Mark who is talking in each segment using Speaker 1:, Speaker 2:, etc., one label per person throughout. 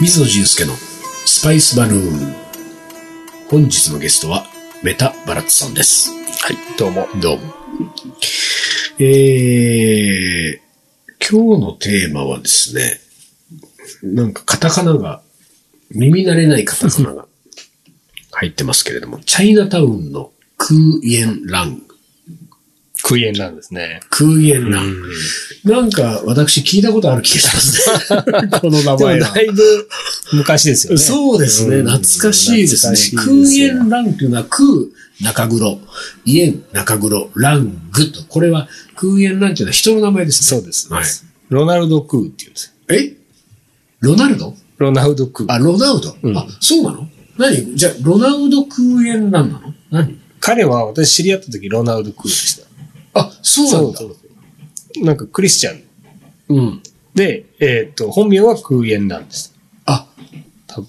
Speaker 1: 水野祐介のスパイスバルーン。本日のゲストは、メタバラッツさんです。
Speaker 2: はい、どうも。
Speaker 1: どうも。えー、今日のテーマはですね、なんかカタカナが、耳慣れないカタカナが入ってますけれども、チャイナタウンのクーイエンラン。
Speaker 2: クイエンなんですね。
Speaker 1: クーイエンラン。なんか私聞いたことある気がします ね。この名
Speaker 2: でも
Speaker 1: 前は。
Speaker 2: だいぶ昔ですよね。
Speaker 1: そうですね。
Speaker 2: うん
Speaker 1: 懐かしいですね。ク
Speaker 2: 懐か
Speaker 1: ー
Speaker 2: しい
Speaker 1: イエ
Speaker 2: ですよ
Speaker 1: ンランっていうのは、クー中黒、イエン中黒、ラングと。これは、クーイエンランっていうのは人の名前です
Speaker 2: そ
Speaker 1: ね。
Speaker 2: うです、
Speaker 1: はい
Speaker 2: ロナルド・クーっていうんですよ。
Speaker 1: えロナルド
Speaker 2: ロナウド・クー。
Speaker 1: あ、ロナウド。
Speaker 2: うん
Speaker 1: あ、そうなの何じゃあ、ロナウドクーイエンランなの何
Speaker 2: 彼は私知り合った時ロナウド・クーでした。
Speaker 1: あ、そうなんだ。
Speaker 2: そうそうなんかクリスチャン。
Speaker 1: うん。
Speaker 2: で、えっ、と、本名はクーエンなんです。
Speaker 1: あ、
Speaker 2: 多分。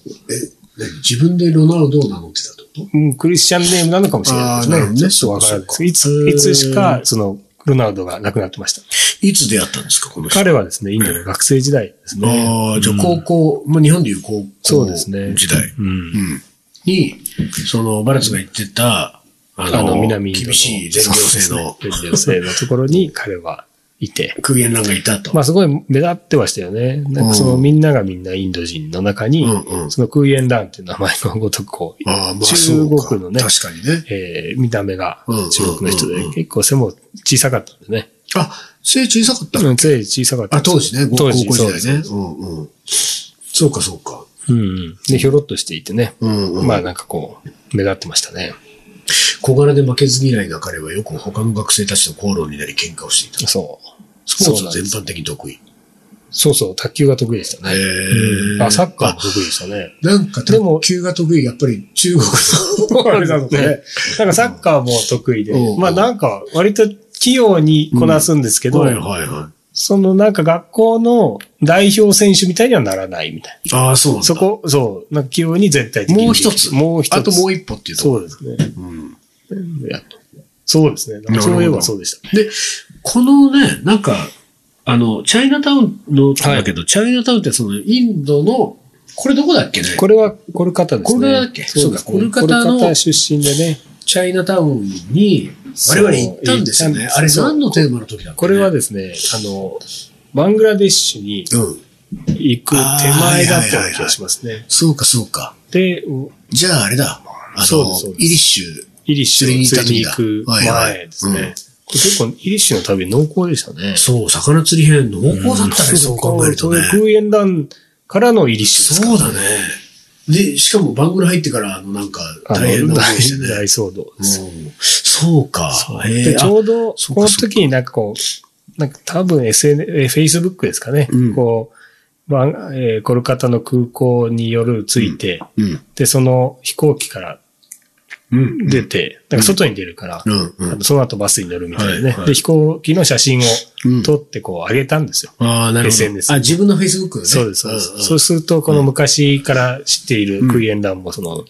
Speaker 1: 何自分でロナウドを名乗ってたってこと
Speaker 2: うん、クリスチャンネームなのかもしれないです
Speaker 1: あーなるほどね
Speaker 2: ちょっとわからないです。いつ
Speaker 1: そう、か
Speaker 2: いつしか、その、ロナウドが亡くなってました。
Speaker 1: いつ出会ったんですか、この人。
Speaker 2: 彼はですね、インドの学生時代ですね。
Speaker 1: ああ、じゃあ
Speaker 2: うん
Speaker 1: 高校、まあ日本でいう高
Speaker 2: そ
Speaker 1: 校
Speaker 2: うですね
Speaker 1: 時代。
Speaker 2: うん
Speaker 1: に、その、バラツが言ってた、あ
Speaker 2: あ
Speaker 1: の、
Speaker 2: の、南インドの。
Speaker 1: 厳しい全寮制の
Speaker 2: そうですね全寮制のところに彼はいて。
Speaker 1: クーゲンランがいたと。
Speaker 2: まあすごい目立ってましたよね。なんかそのみんながみんなインド人の中に、
Speaker 1: うんうん
Speaker 2: そのクーエンランっていう名前のごとくこう、
Speaker 1: ああ、まあ、そうか
Speaker 2: 中国のね、
Speaker 1: 確かにね。
Speaker 2: えー見た目が
Speaker 1: うん
Speaker 2: 中国の人
Speaker 1: うんう
Speaker 2: で
Speaker 1: んうん、
Speaker 2: 結構背も小さかったんでね。
Speaker 1: あ、背小さかった。
Speaker 2: うん、背小さかった
Speaker 1: あ、
Speaker 2: んですよ。
Speaker 1: 当時ね、ご高
Speaker 2: 当
Speaker 1: 校
Speaker 2: 時、そうで
Speaker 1: 時
Speaker 2: す
Speaker 1: 代ね。うんうん。そうか、そうか。
Speaker 2: うんうん。で、ひょろっとしていてね。
Speaker 1: うんうん。
Speaker 2: まあなんかこう、目立ってましたね。
Speaker 1: 小柄で負けず嫌いな彼はよく他の学生たちと口論になり喧嘩をしていた。
Speaker 2: そう。
Speaker 1: スポーツは
Speaker 2: そうなん
Speaker 1: 全
Speaker 2: です
Speaker 1: 般的に得意。
Speaker 2: そうそう、卓球が得意でした
Speaker 1: へ
Speaker 2: ね。
Speaker 1: ー
Speaker 2: あ、サッカーも得意でしたね。
Speaker 1: なんか、
Speaker 2: でも
Speaker 1: 卓球が得意、やっぱり中国のあれなのかね。
Speaker 2: なんかサッカーも得意で
Speaker 1: う、ん
Speaker 2: まあなんか割と器用にこなすんですけど
Speaker 1: は、いはいは
Speaker 2: そのなんか学校の代表選手みたいにはならないみたい
Speaker 1: い。ああ、そうなん
Speaker 2: な。
Speaker 1: だ。
Speaker 2: そこ、そう、なんか器用に絶対的に。
Speaker 1: もう一つ
Speaker 2: もう一つ。
Speaker 1: あともう一歩っていうとこ
Speaker 2: そうですね。
Speaker 1: うん
Speaker 2: やっとそうですね。なんかそういえばそうでした。
Speaker 1: で、このね、なんか、あの、チャイナタウンの、だけど、チャイナタウンってその、インドの、これどこだっけね
Speaker 2: これはコルカタです
Speaker 1: コル
Speaker 2: ね。
Speaker 1: カタだっけ
Speaker 2: そうですね
Speaker 1: そうかコルカタの
Speaker 2: コルカタ出身でね。
Speaker 1: チャイナタウンに、我
Speaker 2: そう
Speaker 1: 々行ったんですよね
Speaker 2: 行っ。た
Speaker 1: あ
Speaker 2: ん
Speaker 1: れ
Speaker 2: です
Speaker 1: 何のテーマの時だっけ、
Speaker 2: これは、ですね、あの、バングラデシュに
Speaker 1: うん。
Speaker 2: 行く手前だったような気がしますね。
Speaker 1: そうか、そうか。
Speaker 2: で、
Speaker 1: じゃあ、あれだ。あ
Speaker 2: そうですそ
Speaker 1: の
Speaker 2: う、で
Speaker 1: イリ
Speaker 2: す
Speaker 1: ッシュ。
Speaker 2: イリッシュに釣りに行く
Speaker 1: はいはい
Speaker 2: 前です
Speaker 1: うん
Speaker 2: ね。これ結構イリッシュの旅濃厚でしたね。
Speaker 1: そう、魚釣り編、濃厚だったね、そう考えるとね。
Speaker 2: そういう空縁団からのイリッシュですか
Speaker 1: そうだね。で、しかも番組入ってから、あの、なんか、
Speaker 2: あの
Speaker 1: 大変な思いして
Speaker 2: 大大
Speaker 1: ね。
Speaker 2: 騒動ですよ。
Speaker 1: うんそうか。へえ
Speaker 2: で、ちょうど、
Speaker 1: そう
Speaker 2: こ
Speaker 1: か
Speaker 2: の
Speaker 1: そうか
Speaker 2: 時になんかこう、なんか多分 SNS、え Facebook ですかね。
Speaker 1: うん
Speaker 2: こう、まあえーコルカタの空港によるついて、
Speaker 1: うん。
Speaker 2: で、その飛行機から
Speaker 1: うん。
Speaker 2: 出て、なんか外に出るから、
Speaker 1: うん、う
Speaker 2: あ
Speaker 1: ん
Speaker 2: の。その後バスに乗るみたいなね。
Speaker 1: はいはい
Speaker 2: で、飛行機の写真を
Speaker 1: うん
Speaker 2: 撮ってこう上げたんですよ。
Speaker 1: ああ、なるほど。
Speaker 2: SNS
Speaker 1: あ、自分の Facebook ね。
Speaker 2: そうです、そうで
Speaker 1: んん
Speaker 2: す。そうすると、この昔から知っているクイエンランも、その、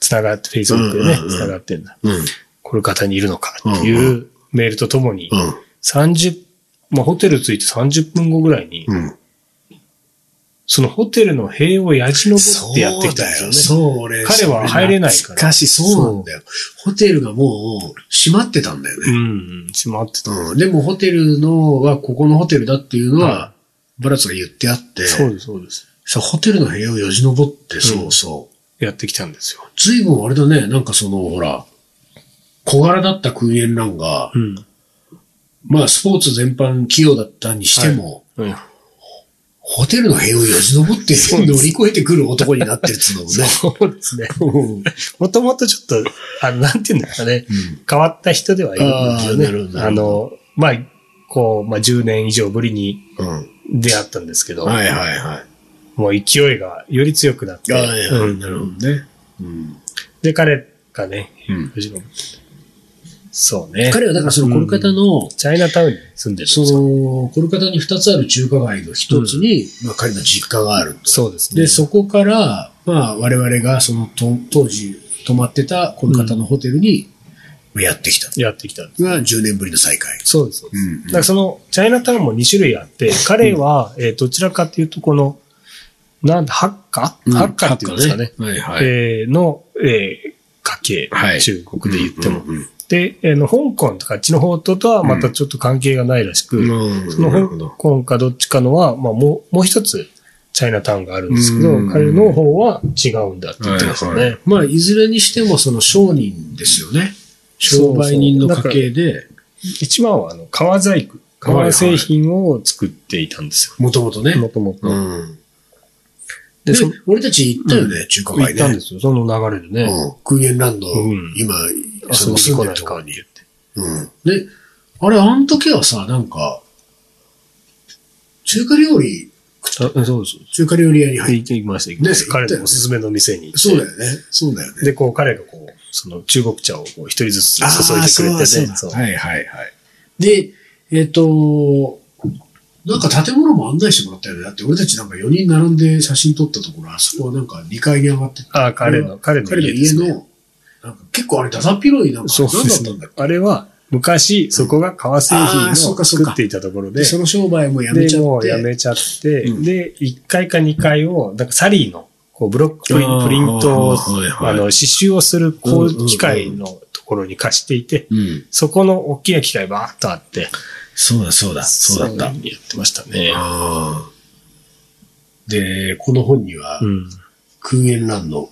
Speaker 2: つながって、Facebook でね
Speaker 1: うんうんう、ん
Speaker 2: つながってんだ。
Speaker 1: うん。
Speaker 2: この方にいるのかってい
Speaker 1: ん
Speaker 2: ううメールとともに、
Speaker 1: うん。
Speaker 2: 30、まあ、ホテル着いて30分後ぐらいに、
Speaker 1: うん。
Speaker 2: そのホテルの塀をやじ登
Speaker 1: そ
Speaker 2: っ
Speaker 1: う
Speaker 2: てやってきたんで
Speaker 1: だよ。
Speaker 2: すよね。
Speaker 1: そう、俺。
Speaker 2: 彼は入れないから
Speaker 1: しかし、そうなんだよ。ホテルがもう閉まってたんだよ
Speaker 2: う
Speaker 1: ね。
Speaker 2: ん、しまってた。
Speaker 1: うん。でも、ホテルのは、ここのホテルだっていうのは
Speaker 2: は、
Speaker 1: バラツが言ってあって、
Speaker 2: そうです、そうです。
Speaker 1: さホテルの部屋をよじ登って、そうそう。
Speaker 2: やってきたんですよ。
Speaker 1: 随分あれだね、なんかその、ほら、小柄だったクイエンランが、
Speaker 2: うん。
Speaker 1: まあ、スポーツ全般器用だったにしても、
Speaker 2: うん、
Speaker 1: ホテルの塀をよじ登って
Speaker 2: そうです
Speaker 1: 乗り越えてくる男になってるっつうのもね。
Speaker 2: そうですね。
Speaker 1: うん
Speaker 2: もともとちょっと、あの、なんていうんですかね。変わった人ではいるん
Speaker 1: あーな
Speaker 2: です
Speaker 1: る
Speaker 2: よ
Speaker 1: ほど
Speaker 2: ね。
Speaker 1: な
Speaker 2: あ
Speaker 1: るほ
Speaker 2: の、まあ、こう、まあ、10年以上ぶりに
Speaker 1: うん。
Speaker 2: 出会ったんですけど、
Speaker 1: はいはいは
Speaker 2: もう勢いがより強くなっ
Speaker 1: い。
Speaker 2: て、
Speaker 1: はいは
Speaker 2: う
Speaker 1: い。
Speaker 2: ん
Speaker 1: なるほどね。うん。
Speaker 2: で、彼がね、
Speaker 1: うん
Speaker 2: 藤本そうね。
Speaker 1: 彼はだからそのコルカタの、
Speaker 2: チャイナタウンに住んでるんです
Speaker 1: そ
Speaker 2: よ
Speaker 1: の、コルカタに2つある中華街の1つに、まあ彼の実家がある。
Speaker 2: そうですね。
Speaker 1: で、そこから、まあ我々がそのと当時泊まってたコルカタのホテルにやってきた。
Speaker 2: やってきた。
Speaker 1: が10年ぶりの再会。
Speaker 2: そうです。
Speaker 1: うんうん
Speaker 2: だからその、チャイナタウンも2種類あって、彼は、えーどちらかというと、この、なんだ、ハッカ
Speaker 1: うん
Speaker 2: ハッカっていうんですかね。。
Speaker 1: はいはい。
Speaker 2: えーの、えー家系、
Speaker 1: はい
Speaker 2: 中国で言っても。
Speaker 1: うんうん
Speaker 2: で、えーの香港とかあっちの方ととはまたちょっと関係がないらしく、
Speaker 1: うん
Speaker 2: その
Speaker 1: なるほど
Speaker 2: 香港かどっちかのは、まあ、もう、もう一つ、チャイナタウンがあるんですけ
Speaker 1: う
Speaker 2: ど
Speaker 1: ん、
Speaker 2: 彼の方は違うんだって言ってましたね。
Speaker 1: はいはいまあ、いずれにしても、その商人ですよね。商売人の家系で、
Speaker 2: 一番は、あの、革細工、革製品を作っていたんです
Speaker 1: もともとね
Speaker 2: よ。。もともと。
Speaker 1: うん。
Speaker 2: で、
Speaker 1: で
Speaker 2: その、、
Speaker 1: 俺たち行ったよね、中華
Speaker 2: 行
Speaker 1: 街
Speaker 2: ったんで
Speaker 1: ね。
Speaker 2: すよ、その流れでね。
Speaker 1: うんクーゲンランド
Speaker 2: うん、
Speaker 1: 今、その住んでるとこに。
Speaker 2: 言って。
Speaker 1: うん。で、あれ、あの時はさ、なんか、中華料理、
Speaker 2: あそうですそうです。
Speaker 1: 中華料理屋に入っ
Speaker 2: 行きました、行きまし
Speaker 1: ね
Speaker 2: た。彼のおすすめの店に行って。
Speaker 1: そうだよね。そうだよね。
Speaker 2: で、こう、彼がこう、その中国茶をこう一人ずつ注いでくれて
Speaker 1: あーそう
Speaker 2: ね
Speaker 1: だ。
Speaker 2: そ
Speaker 1: そう
Speaker 2: う
Speaker 1: だはいはいはい。で、えっ、と、なんか建物も案内してもらったよね。だって俺たちなんか4人並んで写真撮ったところ、あそこはなんか2階に上がってて
Speaker 2: あー、彼の、彼の
Speaker 1: 彼の
Speaker 2: 家で
Speaker 1: 家
Speaker 2: すね。
Speaker 1: の、なんか結構あれ、だだっ広いなんか、
Speaker 2: そう
Speaker 1: なん
Speaker 2: で
Speaker 1: だっ
Speaker 2: す
Speaker 1: たんだっけ
Speaker 2: あれは、昔、そこが革製
Speaker 1: あ
Speaker 2: 品
Speaker 1: ー
Speaker 2: を
Speaker 1: そうかそうか
Speaker 2: 作っていたところで
Speaker 1: で、、その商売もやめち
Speaker 2: で、
Speaker 1: ゃ
Speaker 2: も
Speaker 1: っ
Speaker 2: う
Speaker 1: て。
Speaker 2: やめちゃって、
Speaker 1: うん
Speaker 2: で、1階か2階を、なんかサリーの、こう、ブロックプリ
Speaker 1: あ
Speaker 2: ン
Speaker 1: ー
Speaker 2: プリントを、
Speaker 1: はいはい
Speaker 2: あの、刺繍をする、こ
Speaker 1: うんうんう
Speaker 2: う、
Speaker 1: ん
Speaker 2: 機械のところに貸していて、
Speaker 1: うん。
Speaker 2: そこの大きな機械バーっとあって、
Speaker 1: そうだそうだ、そうだった。
Speaker 2: やってましたね。
Speaker 1: あーで、この本には、
Speaker 2: うん。
Speaker 1: 空円ランド。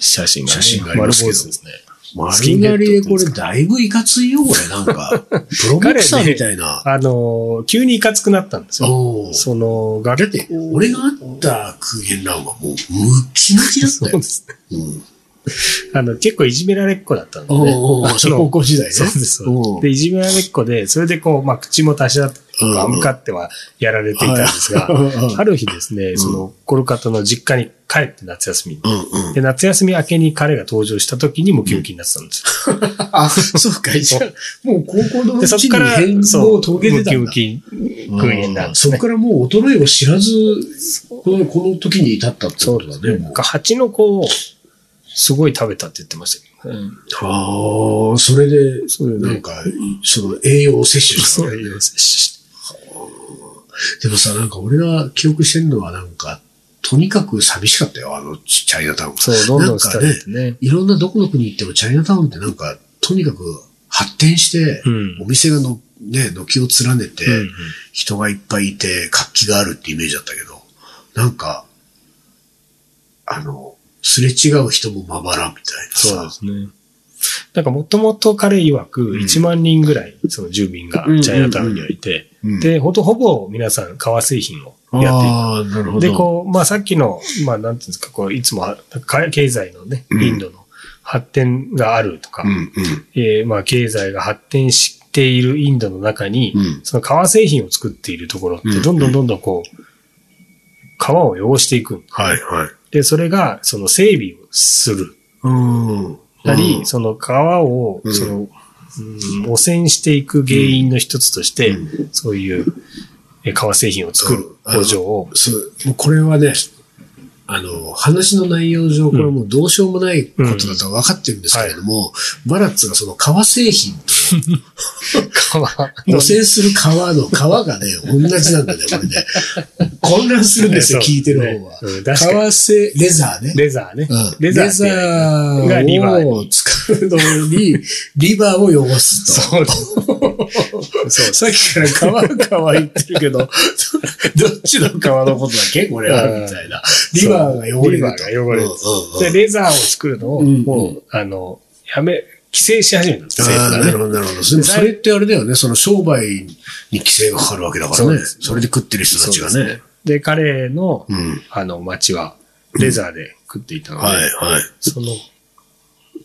Speaker 2: 写真が、
Speaker 1: 写
Speaker 2: ね、
Speaker 1: 真がありますけど
Speaker 2: 丸坊主ですね。
Speaker 1: 丸
Speaker 2: スキンヘッド
Speaker 1: 刈
Speaker 2: って
Speaker 1: りで
Speaker 2: いうん
Speaker 1: こ
Speaker 2: で
Speaker 1: れ
Speaker 2: す
Speaker 1: だいぶいかついよ、これ。なん か、プロボクサーみたいな。
Speaker 2: あのー、急にいかつくなったんですよ。
Speaker 1: おー
Speaker 2: その、学
Speaker 1: だって、俺が会った空間ランはもう、ムキムキだった
Speaker 2: そう
Speaker 1: よ
Speaker 2: で。す。
Speaker 1: うん
Speaker 2: あの、結構いじめられっ子だったんで、ね。
Speaker 1: おーおー、
Speaker 2: あの
Speaker 1: 高校時代ね。
Speaker 2: そうです
Speaker 1: お。ー
Speaker 2: で、いじめられっ子で、それでこう、まあ、口も足しだったりとか、
Speaker 1: うんうん
Speaker 2: 向かってはやられていたんですが、
Speaker 1: はいうんうん
Speaker 2: ある日ですね、その、コルカタの実家に帰って夏休みに。
Speaker 1: うんうん。
Speaker 2: で、夏休み明けに彼が登場した時にムキムキになってたんですよ。
Speaker 1: あ、そうか、じゃあもう高校のう
Speaker 2: で、そ
Speaker 1: ち
Speaker 2: こ
Speaker 1: に
Speaker 2: から、
Speaker 1: 変貌
Speaker 2: そ
Speaker 1: を
Speaker 2: う、
Speaker 1: 遂
Speaker 2: ム
Speaker 1: げてた
Speaker 2: キ
Speaker 1: ん
Speaker 2: ム
Speaker 1: だ。
Speaker 2: キ食いになるんです
Speaker 1: そ
Speaker 2: ね
Speaker 1: こ。からもう衰えを知らず、このこの時に至ったって
Speaker 2: そ
Speaker 1: こと
Speaker 2: うです
Speaker 1: だね、
Speaker 2: ね。
Speaker 1: も
Speaker 2: な
Speaker 1: うん
Speaker 2: か蜂の子をすごい食べたって言ってましたけど、ね。
Speaker 1: ああ、それで、
Speaker 2: そうよね
Speaker 1: なんか、その栄養を摂取した
Speaker 2: そ
Speaker 1: の
Speaker 2: ういう摂取して。
Speaker 1: でもさ、なんか俺が記憶してるのはなんか、とにかく寂しかったよ、あのチチャイナタウン。
Speaker 2: そう、どんどん
Speaker 1: なん
Speaker 2: 伝
Speaker 1: かね
Speaker 2: え、てね。
Speaker 1: いろんなどこの国行ってもチャイナタウンってなんか、とにかく発展して、
Speaker 2: うん
Speaker 1: お店がの、ね、軒を連ねて、
Speaker 2: うんうん
Speaker 1: 人がいっぱいいて、活気があるってイメージだったけど、なんか、あの、すれ違う人もまばらみたいなさ。
Speaker 2: そうですね。なんかもともと彼曰く
Speaker 1: ん
Speaker 2: 1万人ぐらい、その住民が
Speaker 1: うん
Speaker 2: チャイナタウンにはいて、
Speaker 1: うん
Speaker 2: で、ほとほぼ皆さん革製品をやっていた。
Speaker 1: ああ、なるほど。
Speaker 2: で、こう、まあさっきの、まあなんていうんですか、こう、いつもはか経済のね、
Speaker 1: うん
Speaker 2: インドの発展があるとか、
Speaker 1: うんうん。
Speaker 2: えーまあ経済が発展しているインドの中に、
Speaker 1: うん
Speaker 2: その革製品を作っているところって
Speaker 1: うん、
Speaker 2: どんどんどんどんこう、革を汚していく。
Speaker 1: はいはい。
Speaker 2: で、それが、その整備をする。
Speaker 1: うん。
Speaker 2: なり、
Speaker 1: うん
Speaker 2: その川を、
Speaker 1: うん
Speaker 2: その、うん汚染していく原因の一つとして、
Speaker 1: う
Speaker 2: そういう、え革製品を作る工場を、
Speaker 1: そう、もうこれはね、あの、話の内容上、これはもうどうしようもないことだとは分かってるんですけれども、バラッツがその革製品と
Speaker 2: 川の
Speaker 1: 汚染する革の革がね、同じなんだね、これね。混乱するんですよ、
Speaker 2: そう
Speaker 1: 聞いてる方は
Speaker 2: ねうん。確かに
Speaker 1: 革製、レザーね。
Speaker 2: レザーね。
Speaker 1: うん
Speaker 2: レ
Speaker 1: レ
Speaker 2: ザ
Speaker 1: ザ
Speaker 2: ーって
Speaker 1: ー
Speaker 2: がリバーに
Speaker 1: を使うのに、リバーを汚 すと。
Speaker 2: そうです。そう
Speaker 1: さっきから革革言ってるけど、どっちの革のことだっけこれは、
Speaker 2: うん
Speaker 1: みたいな。リバーが汚れると。
Speaker 2: リバーが汚れ
Speaker 1: うんう
Speaker 2: る
Speaker 1: んうん
Speaker 2: で、レザーを作るのを、
Speaker 1: うん
Speaker 2: もう、
Speaker 1: う
Speaker 2: あの、やめ、規制し始めたんです、
Speaker 1: あ
Speaker 2: 政
Speaker 1: あ、な
Speaker 2: 府が
Speaker 1: る
Speaker 2: ね。
Speaker 1: ほど、なるほど。でもそれってあれだよね、その商売に規制がかかるわけだから
Speaker 2: そう
Speaker 1: ね。
Speaker 2: です
Speaker 1: それで食ってる人たちが
Speaker 2: そう
Speaker 1: ね。
Speaker 2: で、彼の、
Speaker 1: うん。
Speaker 2: あの、町は、レザーで食っていたので、
Speaker 1: はい、はい。
Speaker 2: その、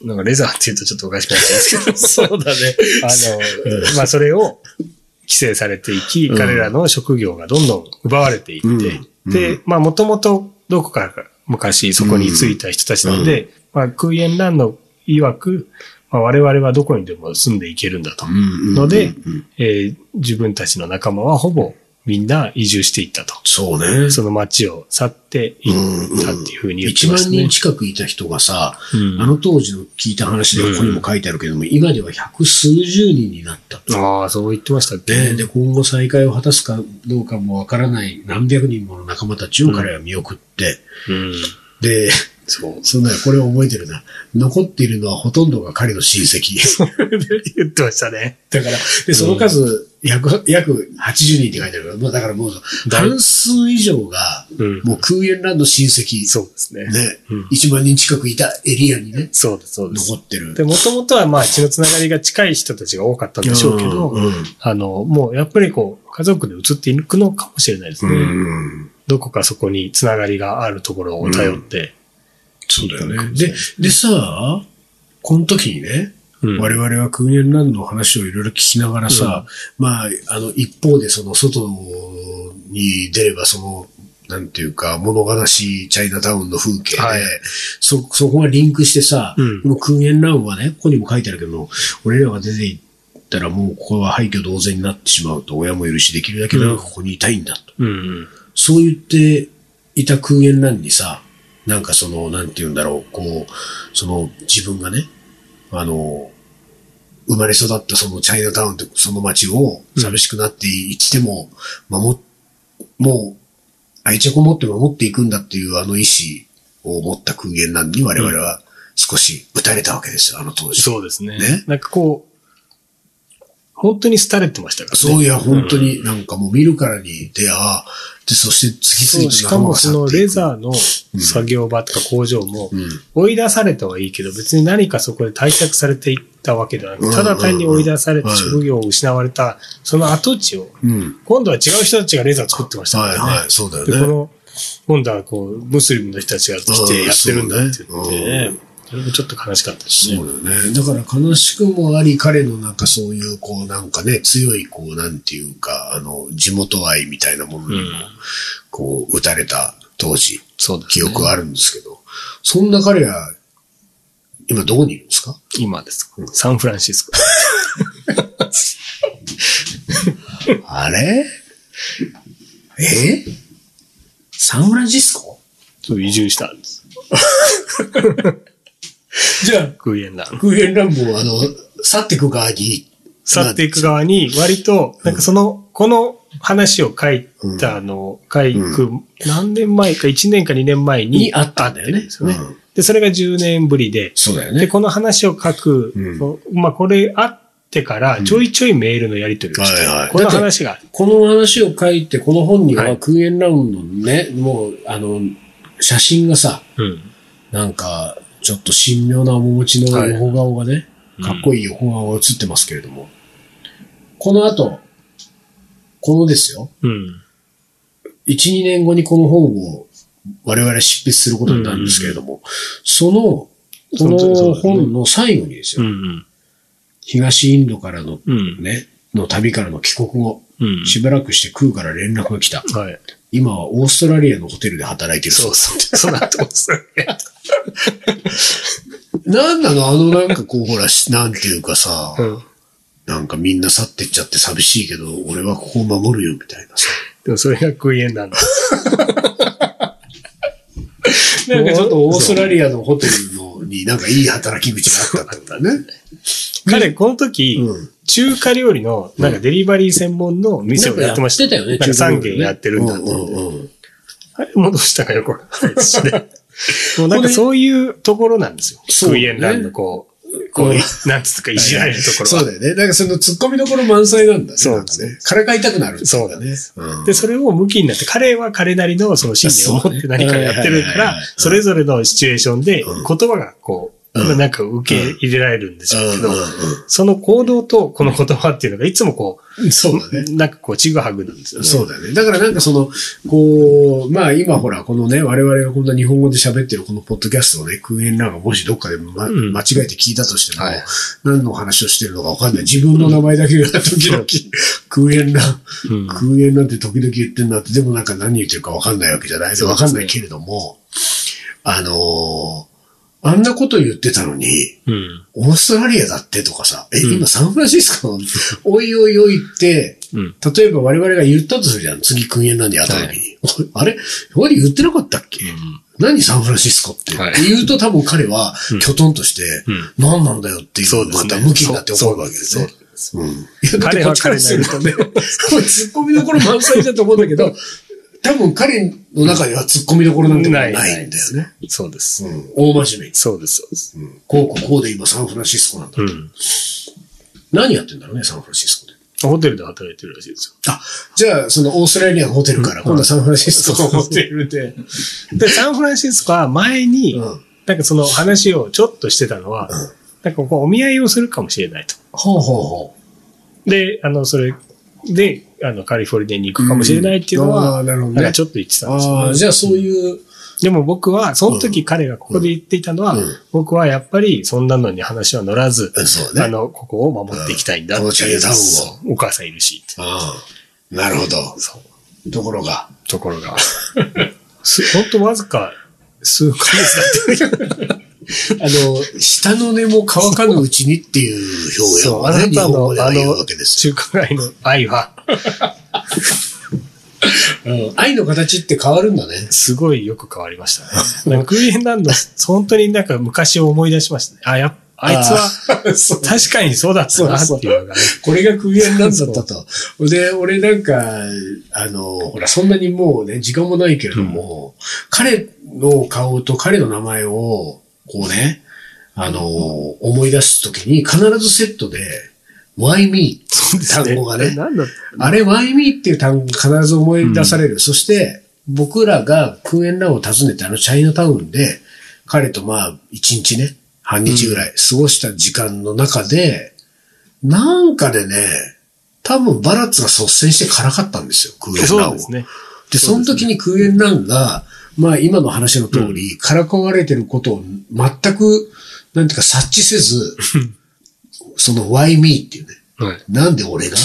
Speaker 2: なんかレザーって言うとちょっとおかしくなっちゃうんですけ ど、そうだね。あの、まあそれを規制されていき、
Speaker 1: うん
Speaker 2: 彼らの職業がどんどん奪われていって、
Speaker 1: うんうん
Speaker 2: で、まあもともとどこからか昔そこについた人たちなので、まあクイエンランの曰く、まあ、我々はどこにでも住んでいけるんだと。
Speaker 1: うんうんうんうん
Speaker 2: ので、えー自分たちの仲間はほぼみんな移住していったと。
Speaker 1: そうね。
Speaker 2: その町を去っていったっていうふうに言って
Speaker 1: 1
Speaker 2: ま
Speaker 1: 万
Speaker 2: す
Speaker 1: 人
Speaker 2: ね。
Speaker 1: 近くいた人がさ、
Speaker 2: うん
Speaker 1: あの当時の聞いた話でここにも書いてあるけども、今では百数十人になったと。
Speaker 2: ああ、そう言ってましたっけ、
Speaker 1: ね、で、今後再会を果たすかどうかもわからない何百人もの仲間たちを彼は見送って、
Speaker 2: うん。
Speaker 1: で、
Speaker 2: そう。
Speaker 1: そんな、これを覚えてるな。残っているのはほとんどが彼の親戚。
Speaker 2: 言ってましたね。
Speaker 1: だから、で、その数、約、約80人って書いてあるから、まあだからもう、
Speaker 2: だい
Speaker 1: 半数以上が、
Speaker 2: うん
Speaker 1: もう空ンランド親戚、
Speaker 2: そうですね。
Speaker 1: ね、
Speaker 2: うん
Speaker 1: 1万人近くいたエリアにね、
Speaker 2: そうです、そうです
Speaker 1: 残。ってる。
Speaker 2: で、もともとはまあ血のつながりが近い人たちが多かったんでしょうけど、
Speaker 1: うん
Speaker 2: あの、もうやっぱりこう、家族で移っていくのかもしれないです
Speaker 1: う
Speaker 2: ね。
Speaker 1: ん
Speaker 2: どこかそこにつながりがあるところを頼って。
Speaker 1: そうだよね。で、でさ、この時にね、
Speaker 2: うん
Speaker 1: 我々はクーゲンランドの話をいろいろ聞きながらさ、まあ、あの、一方でその外に出ればその、なんていうか、物悲しいチャイナタウンの風景で、
Speaker 2: はい
Speaker 1: そ、そこがリンクしてさ、
Speaker 2: うん
Speaker 1: このクーゲンランドはね、ここにも書いてあるけど、俺らが出て行ったらもうここは廃墟同然になってしまうと、親もいるし、できるだけ長くここにいたいんだと。
Speaker 2: うん。
Speaker 1: そう言っていた空言欄にさ、なんかその、なんて言うんだろう、こう、その自分がね、あの、生まれ育ったそのチャイナタウンってその街を
Speaker 2: うん
Speaker 1: 寂しくなっていっても、守っ、もう愛着を持って守っていくんだっていうあの意志を持った空言欄に我々は少し打たれたわけですよ、あの当時。
Speaker 2: そうですね。
Speaker 1: ね
Speaker 2: なんかこう、本当に廃れてましたからね。
Speaker 1: そういや、本当になんかもう見るからに、で、ああ、で、そして次
Speaker 2: そ
Speaker 1: 々
Speaker 2: う
Speaker 1: と
Speaker 2: しかもそのレ
Speaker 1: ー。
Speaker 2: ザーの作業場とか工場も
Speaker 1: うん
Speaker 2: 追い出されたはいいけど別に何かそこで対策されていったわけではな
Speaker 1: うん
Speaker 2: くただ単に追い出されて職業を失われたその跡地を
Speaker 1: うん。
Speaker 2: 今度は違う人たちがレザー作ってましたか
Speaker 1: はい
Speaker 2: ら
Speaker 1: は
Speaker 2: ね
Speaker 1: い、。そうだよ
Speaker 2: で、
Speaker 1: ね。
Speaker 2: この今度はこうムスリムの人たちが来てやってるんだって言っ
Speaker 1: う
Speaker 2: て
Speaker 1: ん
Speaker 2: ねそれもちょっと悲しかったし
Speaker 1: そ
Speaker 2: ね
Speaker 1: う。だよね。だから悲しくもあり、彼のなんかそういう、こうなんかね、強い、こうなんていうか、あの、地元愛みたいなものにも、こう、打たれた当時、
Speaker 2: そうだね
Speaker 1: 記憶はあるんですけど、そんな彼ら、今どこにいるんですか
Speaker 2: 今です。サンフランシスコ。
Speaker 1: あれえサンフランシスコ
Speaker 2: そう移住したんです。
Speaker 1: じゃあ、
Speaker 2: クーエンラン。
Speaker 1: 空間乱暴、あの、去ってく側に、
Speaker 2: 去っていく側に、割と、なんかその、この話を書いた、あの、書く、何年前か、1年か2年前に
Speaker 1: にあったんだよね。
Speaker 2: ね
Speaker 1: うん
Speaker 2: で、それが10年ぶりで、
Speaker 1: そうだよ
Speaker 2: で、
Speaker 1: ね。
Speaker 2: この話を書く、
Speaker 1: うん
Speaker 2: こうまあ、これあってから、ちょいちょいメールのやり取りをして、
Speaker 1: はいはい
Speaker 2: この話が、
Speaker 1: この話を書いて、この本に
Speaker 2: は
Speaker 1: は、
Speaker 2: い
Speaker 1: 空円ラウンドのね、もう、あの、写真がさ、
Speaker 2: うん。
Speaker 1: なんか、ちょっと神妙な面持ちの
Speaker 2: はい
Speaker 1: 横顔がね、
Speaker 2: うん
Speaker 1: かっこいい横顔が映ってますけれども、この後、このですよ、
Speaker 2: うん。
Speaker 1: 1、2年後にこの本を我々執筆することになるんですけれども、その、こ
Speaker 2: そう
Speaker 1: の
Speaker 2: ですね
Speaker 1: 本の最後にです
Speaker 2: う
Speaker 1: よ、
Speaker 2: ん。
Speaker 1: 東インドからの
Speaker 2: うん。
Speaker 1: ね、の旅からの帰国後、
Speaker 2: うん。
Speaker 1: しばらくして空から連絡が来た。
Speaker 2: はい。
Speaker 1: 今はオーストラリアのホテルで働いてる
Speaker 2: そうそう。そうなってますね。
Speaker 1: なんなのあのなんかこう、ほら、しなんていうかさ
Speaker 2: う、ん。
Speaker 1: なんかみんな去ってっちゃって寂しいけど、俺はここを守るよ、みたいなさ。
Speaker 2: でもそれがクイエンなん だ。
Speaker 1: なんかちょっとオーストラリアのホテルのになんかいい働き口があったんだね。
Speaker 2: 彼、この時、
Speaker 1: うん
Speaker 2: 中華料理の、なんかデリバリー専門の店をやってました。
Speaker 1: なんかやって
Speaker 2: な
Speaker 1: た
Speaker 2: ん
Speaker 1: よね、
Speaker 2: か3軒やってるんだ
Speaker 1: う
Speaker 2: っ
Speaker 1: ん
Speaker 2: て。
Speaker 1: うんうん。
Speaker 2: あれ戻したかよくわかんないですしね。 もうなんかそういうところなんですよ。
Speaker 1: そう
Speaker 2: クイエンランドこう、こう、なんつうかいじられるところ
Speaker 1: そう
Speaker 2: は。
Speaker 1: だよね。なんかその突っ込みどころ満載なんだね。
Speaker 2: そう
Speaker 1: なんかね。からかいたくなる。
Speaker 2: そうなんです
Speaker 1: うん。
Speaker 2: で、それを向きになって、彼は彼なりのその信念を持って何かや
Speaker 1: そうねはい
Speaker 2: ってるか
Speaker 1: はいはい
Speaker 2: ら
Speaker 1: はい、
Speaker 2: それぞれのシチュエーションで
Speaker 1: うん
Speaker 2: 言葉がこう、
Speaker 1: うん
Speaker 2: なんか受け入れられるんでしょうけど
Speaker 1: うん、うん
Speaker 2: その行動とこの言葉っていうのがいつもこ
Speaker 1: うん。そうだね。
Speaker 2: う、なんかこう、ちぐはぐなんですよね。
Speaker 1: そうだね。だからなんかその、こう、まあ今ほら、このね、我々がこんな日本語で喋ってるこのポッドキャストをね、空円なんかもしどっかで、ま
Speaker 2: うん
Speaker 1: 間違えて聞いたとしても、
Speaker 2: はい
Speaker 1: 何の話をしてるのかわかんない。自分の名前だけが時々、空円なん、
Speaker 2: うん
Speaker 1: 空円なんて時々言ってんなって、でもなんか何言ってるかわかんないわけじゃない。
Speaker 2: そう
Speaker 1: わ
Speaker 2: ですね
Speaker 1: かんないけれども、あのーあんなこと言ってたのに、
Speaker 2: うん。
Speaker 1: オーストラリアだってとかさ、え、
Speaker 2: うん
Speaker 1: 今サンフランシスコなの、おいおいおいって、
Speaker 2: うん。
Speaker 1: 例えば我々が言ったとするじゃん。次、訓練なんでやった時に。 あれ俺言ってなかったっけ、何サンフランシスコって。
Speaker 2: はい
Speaker 1: って言 うと多分彼は、
Speaker 2: うん
Speaker 1: きょとんとして、
Speaker 2: うん
Speaker 1: 何なんだよってい
Speaker 2: そう
Speaker 1: う、
Speaker 2: で
Speaker 1: ます
Speaker 2: ね
Speaker 1: た向きになって怒るわけですね
Speaker 2: そう。
Speaker 1: うん。いや、だって
Speaker 2: 彼
Speaker 1: こ
Speaker 2: は
Speaker 1: っちからするとね、 ツッコミどころ満載だと思うんだ けど、多分彼の中ではツッコミどころなんてもうないんだよね。
Speaker 2: そうです。
Speaker 1: うん。大真面目に。
Speaker 2: そうです、そうです。
Speaker 1: うん。こうこうこうで今サンフランシスコなんだ。
Speaker 2: うん。
Speaker 1: 何やってんだろうね、サンフランシスコで。
Speaker 2: ホテルで働いてるらしいですよ。
Speaker 1: あ、じゃあ、そのオーストラリアのホテルから、今度はサンフランシスコのホテルで。
Speaker 2: で、サンフランシスコは前に、
Speaker 1: うん
Speaker 2: なんかその話をちょっとしてたのは、なんかこうお見合いをするかもしれないと。
Speaker 1: ほうほうほ
Speaker 2: で、あの、それで、あの、カリフォルニアに行くかもしれないっていうの
Speaker 1: うんあ
Speaker 2: は、
Speaker 1: ーなるほどね
Speaker 2: なんかちょっと言って
Speaker 1: う。
Speaker 2: たんですよ、
Speaker 1: ああ、じゃあそういう、
Speaker 2: でも僕は、その時彼がここで言っていたのは、
Speaker 1: うんうん
Speaker 2: 僕はやっぱりそんなのに話は乗らず、
Speaker 1: うんそうね
Speaker 2: あの、ここを守っていきたいんだ
Speaker 1: うんこのチャイナタウンを
Speaker 2: そうお母さんいるし、
Speaker 1: ああ、なるほど。
Speaker 2: そう、
Speaker 1: ところが。
Speaker 2: ところが。す本当わずか数ヶ月だった。
Speaker 1: あの、下の根も乾かぬうちにっていう表現
Speaker 2: そう、
Speaker 1: は
Speaker 2: あ
Speaker 1: ね、
Speaker 2: な
Speaker 1: 日
Speaker 2: た
Speaker 1: 本語
Speaker 2: の、
Speaker 1: で
Speaker 2: あ
Speaker 1: は言う
Speaker 2: の、
Speaker 1: わけですよ。
Speaker 2: 中華街の愛は、
Speaker 1: うん愛の形って変わるんだね。
Speaker 2: すごいよく変わりましたね。なんかグリーンランド、本当になんか昔を思い出しましたね。あ、やっあいつは、
Speaker 1: は、 そう
Speaker 2: 確かにそうだったなっていうのがね。
Speaker 1: これがクビなんだったと。で、俺なんか、あの、ほら、そんなにもうね、時間もないけれども、彼の顔と彼の名前を、こうね、あの、思い出すときに必ずセットで、why me?
Speaker 2: そうですね
Speaker 1: 単語がね
Speaker 2: 何だった
Speaker 1: あれ、why me? っていう単語が必ず思い出される。そして、僕らがクエンランを訪ねて、あの、チャイナタウンで、彼とまあ、一日ね、半日ぐらい過ごした時間の中で、なんかでね、多分バラッツが率先してからかったんですよ、クエンラ
Speaker 2: そ
Speaker 1: ン
Speaker 2: う
Speaker 1: を。
Speaker 2: ですね。
Speaker 1: で、その時にクエンランが、まあ今の話の通り、からかわれてることを全く、なんていうか察知せ ず、その why me っていうね、
Speaker 2: はい。
Speaker 1: なんで俺が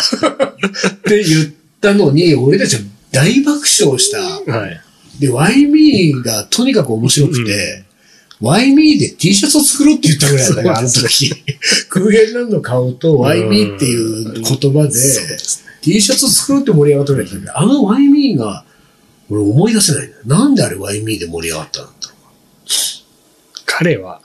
Speaker 1: って言ったのに、俺たちは大爆笑した。
Speaker 2: はい。
Speaker 1: で、Why Me がとにかく面白くて、Why Me で T シャツを作ろうって言ったぐらいだから、あの時。クーヘンランドの顔と Why Me っていう言葉で、T シャツを作ろうって盛り上がったぐらいだったけど、あの Why Me が、俺思い出せないのよなんであれ Why Me で盛り上がったんだろ
Speaker 2: 彼は、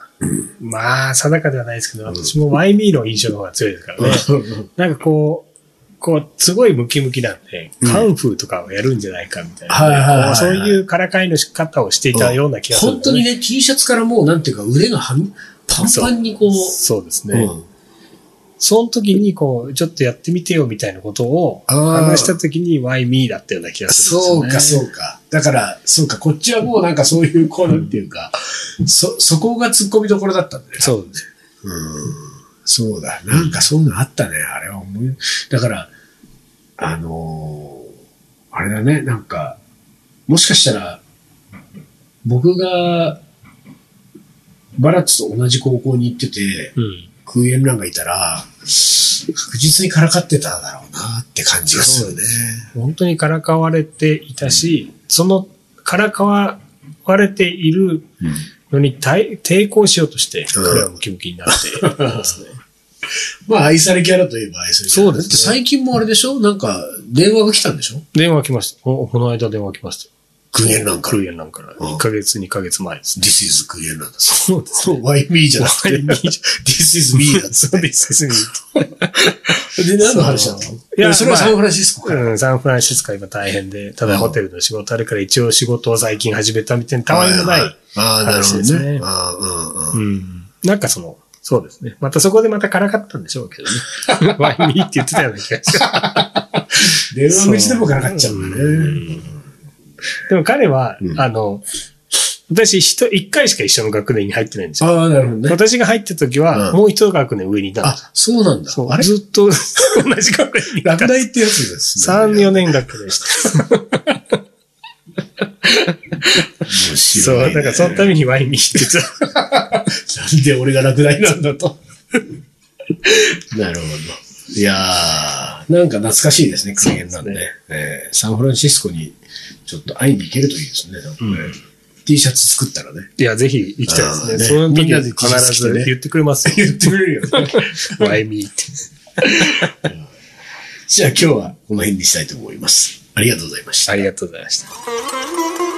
Speaker 2: まあ、定かではないですけど、私も YB の印象の方が強いですからね。
Speaker 1: う。
Speaker 2: なんかこう、こう、すごいムキムキなんで、
Speaker 1: うん
Speaker 2: カンフーとかをやるんじゃないかみたい
Speaker 1: はいはいはい
Speaker 2: な
Speaker 1: は
Speaker 2: ね。
Speaker 1: い
Speaker 2: そういうからかいの仕方をしていたような気がするん
Speaker 1: 本
Speaker 2: です
Speaker 1: 当
Speaker 2: よね、
Speaker 1: にね、T シャツからもうなんていうか腕がはみパンパンにこう、
Speaker 2: そうですね。
Speaker 1: うん
Speaker 2: その時に、こう、ちょっとやってみてよみたいなことを
Speaker 1: あー
Speaker 2: 話した時に Why me だったような気がする
Speaker 1: そう
Speaker 2: んで
Speaker 1: か、
Speaker 2: すよ
Speaker 1: そうか。だから、そうか、こっちはもうなんかそういう、こうなんていうか、そ、そこが突っ込みどころだったんだよね。
Speaker 2: そう。そうです。
Speaker 1: そうだ。なんかそういうのあったね。あれは思い、だから、あのーあれだね、なんか、もしかしたら、僕が、バラッツと同じ高校に行ってて、
Speaker 2: うん。
Speaker 1: クーエンランがいたら、確実にからかってただろうなって感じがするね。
Speaker 2: 本当にからかわれていたし、そのからかわれているのに対抵抗しようとし
Speaker 1: う
Speaker 2: て、
Speaker 1: ん
Speaker 2: 彼はムキムキになって ますね。
Speaker 1: まあ、愛されキャラといえば愛されキャラ。
Speaker 2: そうです
Speaker 1: だ
Speaker 2: ね
Speaker 1: って最近もあれでしょなんか、電話が来たんでしょ
Speaker 2: 電話来ました。ここの間電話来ました。
Speaker 1: クーエンランか
Speaker 2: ク
Speaker 1: ら。
Speaker 2: ーエンなんから。
Speaker 1: うん
Speaker 2: 1ヶ月、2ヶ月 前ですね。
Speaker 1: This is クーエンランだ。
Speaker 2: そうで
Speaker 1: そう、why me じゃなくて、
Speaker 2: Why me じゃ
Speaker 1: This is me だっ
Speaker 2: そうです。
Speaker 1: て。で、何の話なのい
Speaker 2: や
Speaker 1: や、それは
Speaker 2: まあ
Speaker 1: サンフランシスコから。
Speaker 2: うん、サンフランシスコは今大変で、ただホテルの仕事あるから一応仕事を最近始めたみたいな、たわいもない。
Speaker 1: ははああ、なるほ
Speaker 2: 話
Speaker 1: ど
Speaker 2: ですね
Speaker 1: ね。ああ、う
Speaker 2: う
Speaker 1: う
Speaker 2: ん
Speaker 1: ん。
Speaker 2: ん。なんかその、そうですね。またそこでまたからかったんでしょうけ どね。ワイミーって言ってたような気がしま
Speaker 1: 電
Speaker 2: す
Speaker 1: 話口でもからかっちゃうんだね。
Speaker 2: ね。でも彼は、
Speaker 1: うん
Speaker 2: あの、私一、一回しか一緒の学年に入ってないんですよ。
Speaker 1: ああ、なるほどね。
Speaker 2: 私が入った時は、
Speaker 1: うん
Speaker 2: もう一学年上にいたんです
Speaker 1: あ、そうなんだ
Speaker 2: そ。う
Speaker 1: あれ
Speaker 2: ずっと 同じ学年にいた。
Speaker 1: 落第ってやつですね。
Speaker 2: 3、4年学 でした。
Speaker 1: 面
Speaker 2: そ
Speaker 1: 白いね。
Speaker 2: う、だからそのためにワイミーって言ってた。
Speaker 1: なんで俺が落第なんだと。 なるほど。いやー、なんか懐かしいですね、クレーンなんで。
Speaker 2: そうで
Speaker 1: えーサンフランシスコにちょっと会いに行けるといいですね。なんかね T シャツ作ったらね。
Speaker 2: いや、ぜひ行きたいですね。
Speaker 1: あーね
Speaker 2: その
Speaker 1: みん
Speaker 2: 時
Speaker 1: な
Speaker 2: は
Speaker 1: で T シャツ
Speaker 2: 必
Speaker 1: 着てね
Speaker 2: ず言ってくれますよ。
Speaker 1: 言ってくれるよね。
Speaker 2: ワイミーって。
Speaker 1: じゃあ今日はこの辺にしたいと思います。ありがとうございました
Speaker 2: あ。りがとうございました。